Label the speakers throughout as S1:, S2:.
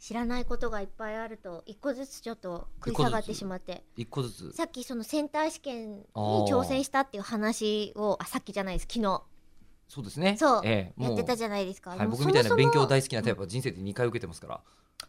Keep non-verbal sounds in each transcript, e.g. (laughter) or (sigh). S1: 知らないことがいっぱいあると一個ずつちょっと食い下がってしまって
S2: 一個ずつ
S1: さっきそのセンター試験に
S2: あー
S1: 挑戦したっていう話をあさっきじゃないです昨日
S2: そうですね
S1: そう
S2: ええ
S1: や
S2: も
S1: っ
S2: う
S1: てたじゃないですか、
S2: はい、
S1: もう
S2: 僕みたいな
S1: そもそ
S2: 勉
S1: も
S2: 強大好きなタイプは人生で2回受けてますから、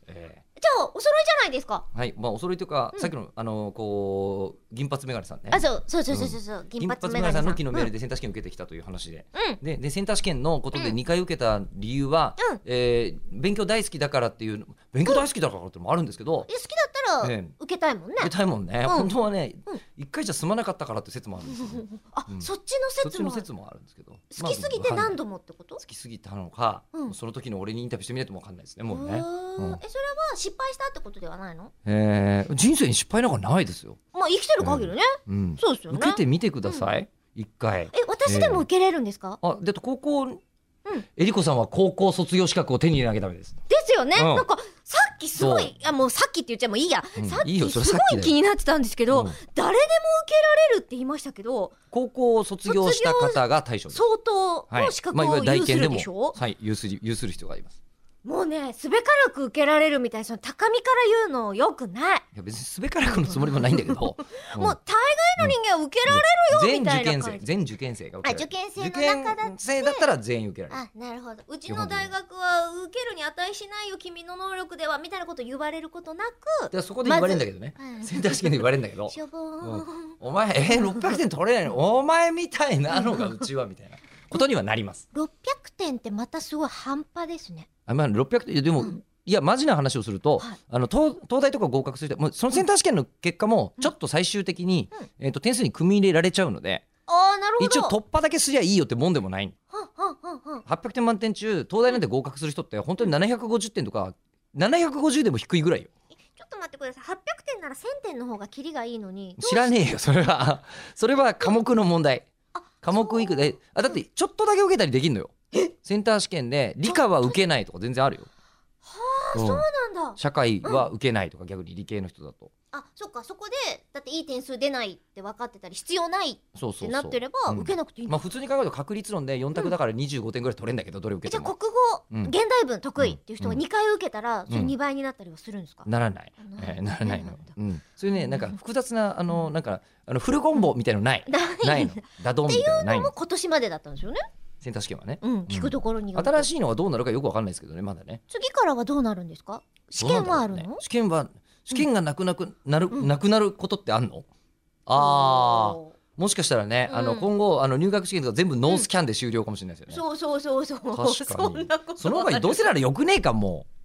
S2: え
S1: じゃあお揃いじゃないですか
S2: えはいまあお揃いというか、
S1: うん
S2: さっきのあのこう銀髪メガネさんね
S1: あそうそうそうそうそうそう、
S2: 銀
S1: 銀
S2: 髪
S1: 髪
S2: メ
S1: メガネ
S2: ガネさ
S1: さ
S2: ん
S1: ん
S2: の昨日メール
S1: で、
S2: でセンター試験受けてきたという話で、
S1: うんうん
S2: ででセンター試験のことで
S1: うん
S2: 2回受けた理由は、
S1: うん
S2: えー勉強大好きだからっていう勉強大好きだからってのもあるんですけど、
S1: いや好きだったら
S2: ええ
S1: 受けたいもんね、
S2: 受けたいもんね、
S1: うん
S2: 本当はね、
S1: うん
S2: 一1回じゃ済まなかったからって説もあるんですよね、
S1: (laughs) あ、
S2: うん
S1: そっちの
S2: そっち
S1: 説もある
S2: の説もあるんですけど
S1: 好きすぎて何
S2: 度
S1: 度もってこと、
S2: 好きすぎたのか、
S1: うん
S2: もうその時の俺にインタビューしてみないとも分かんないですねもう
S1: へ
S2: ね、
S1: ー
S2: うん
S1: えそれは失敗したってことではないの
S2: えー人生に失敗なんかないですよ、
S1: まあ生きてる限りね、 (laughs)
S2: うん、
S1: そうですよね
S2: 受けてみてください、一回
S1: え私でも受けれるんですか、
S2: あでと高校、えりこさんは高校卒業資格を手に入れなきゃダメです
S1: ですよね、
S2: うん
S1: なんかさっきすごいあもうさっきって言っちゃもういいや、
S2: うん
S1: さっ
S2: いいよ
S1: き
S2: そ
S1: すご
S2: れさっきだよ
S1: い気になってたんですけど、
S2: うん
S1: 誰でも受けられるって言いましたけど
S2: 高校を卒業した方が対象です
S1: 相当の資格
S2: まあいわゆ
S1: を
S2: る大
S1: 有する
S2: 検で
S1: で
S2: も
S1: しょ、
S2: はい、有する有する必要があります
S1: もうねすべからく受けられるみたいなその高みから言うのよくない、
S2: いや別にすべからくのつもりもないんだ
S1: (laughs)
S2: けど
S1: もう大概の人間は受けられる、
S2: 全
S1: みた
S2: 受
S1: いな
S2: 験
S1: 感じ
S2: 生全受験生が受けられる
S1: あ受験生の中だって
S2: 受験生だったら全員受けられる
S1: あなるほどうち
S2: 基
S1: の
S2: 本的に
S1: 大学は受けるに値しないよ君の能力ではみたいなこと言われることなく
S2: だからそこで言われるんだけどね、
S1: まずはい
S2: センター試験で言われるんだけど
S1: しょぼーん、
S2: うんお前
S1: (laughs)
S2: えー、600点取れないのお前みたいなのがうちは
S1: (laughs)
S2: みたいなことにはなります。
S1: 600点ってまたすごい半端ですね
S2: あまあ、600点いやでも、いやマジな話をすると、
S1: はい
S2: あの東東大とか合格する人もうそのセンター試験の結果も
S1: うん
S2: ちょっと最終的に、
S1: うん
S2: えー、と点数に組み入れられちゃうので、
S1: あーなるほど
S2: 一応突破だけすりゃいいよってもんでもない
S1: はんはんはんはん
S2: 800点満点中東大なんて合格する人って本当に750点とか750でも低いぐらいよ
S1: ちょっと待ってください800点なら1000点の方がキリがいいのに
S2: 知らねえよそれはそれは科目の問題
S1: あ
S2: 科目いくであだってちょっとだけ受けたりできんのよセンター試験で理科は受けないとか全然あるよ
S1: どう
S2: うん
S1: そうなんだ
S2: 社会は受けないとか逆に理系の人だと
S1: あそっかそこでだっていい点数出ないって分かってたり必要ないっ
S2: そうそうそ
S1: て
S2: う
S1: なってれば
S2: うん
S1: 受けなくていいんだ
S2: まあ普通に考えると確率論で4択だから25点ぐらい取れんだけどどれ受
S1: え
S2: け
S1: じゃ
S2: て
S1: あ国語、
S2: もうん
S1: 現代文得意っていう人が
S2: うん
S1: 2回受けたら、それ
S2: うん
S1: 2倍になったりはするんですか、
S2: ならない
S1: ならない
S2: えーならない
S1: なら
S2: の
S1: ない
S2: うんそういうねなんか複雑なあのなんかあのフルコンボみたいのない
S1: だ
S2: ないのダドンみたいのない
S1: もう
S2: の
S1: 今年までだったんですよね。
S2: センター試験はね
S1: うん、聞くところによると
S2: 新しいのはどうなるかよくわかんないですけどねまだね
S1: 次からはどうなるんですか。試
S2: どうな
S1: 験
S2: んだろ
S1: は
S2: う
S1: あるの。
S2: ね試験は試験がなくなくなる、
S1: うん
S2: なくなることってあんのあー
S1: お
S2: もしかしたらね、あの
S1: うん
S2: 今後あの入学試験とか全部ノースキャンで終了かもしれないですよ
S1: ー
S2: ね、
S1: そうそうそうそう。
S2: 確かに
S1: そんなこと
S2: その方がどうせならよくねえかもう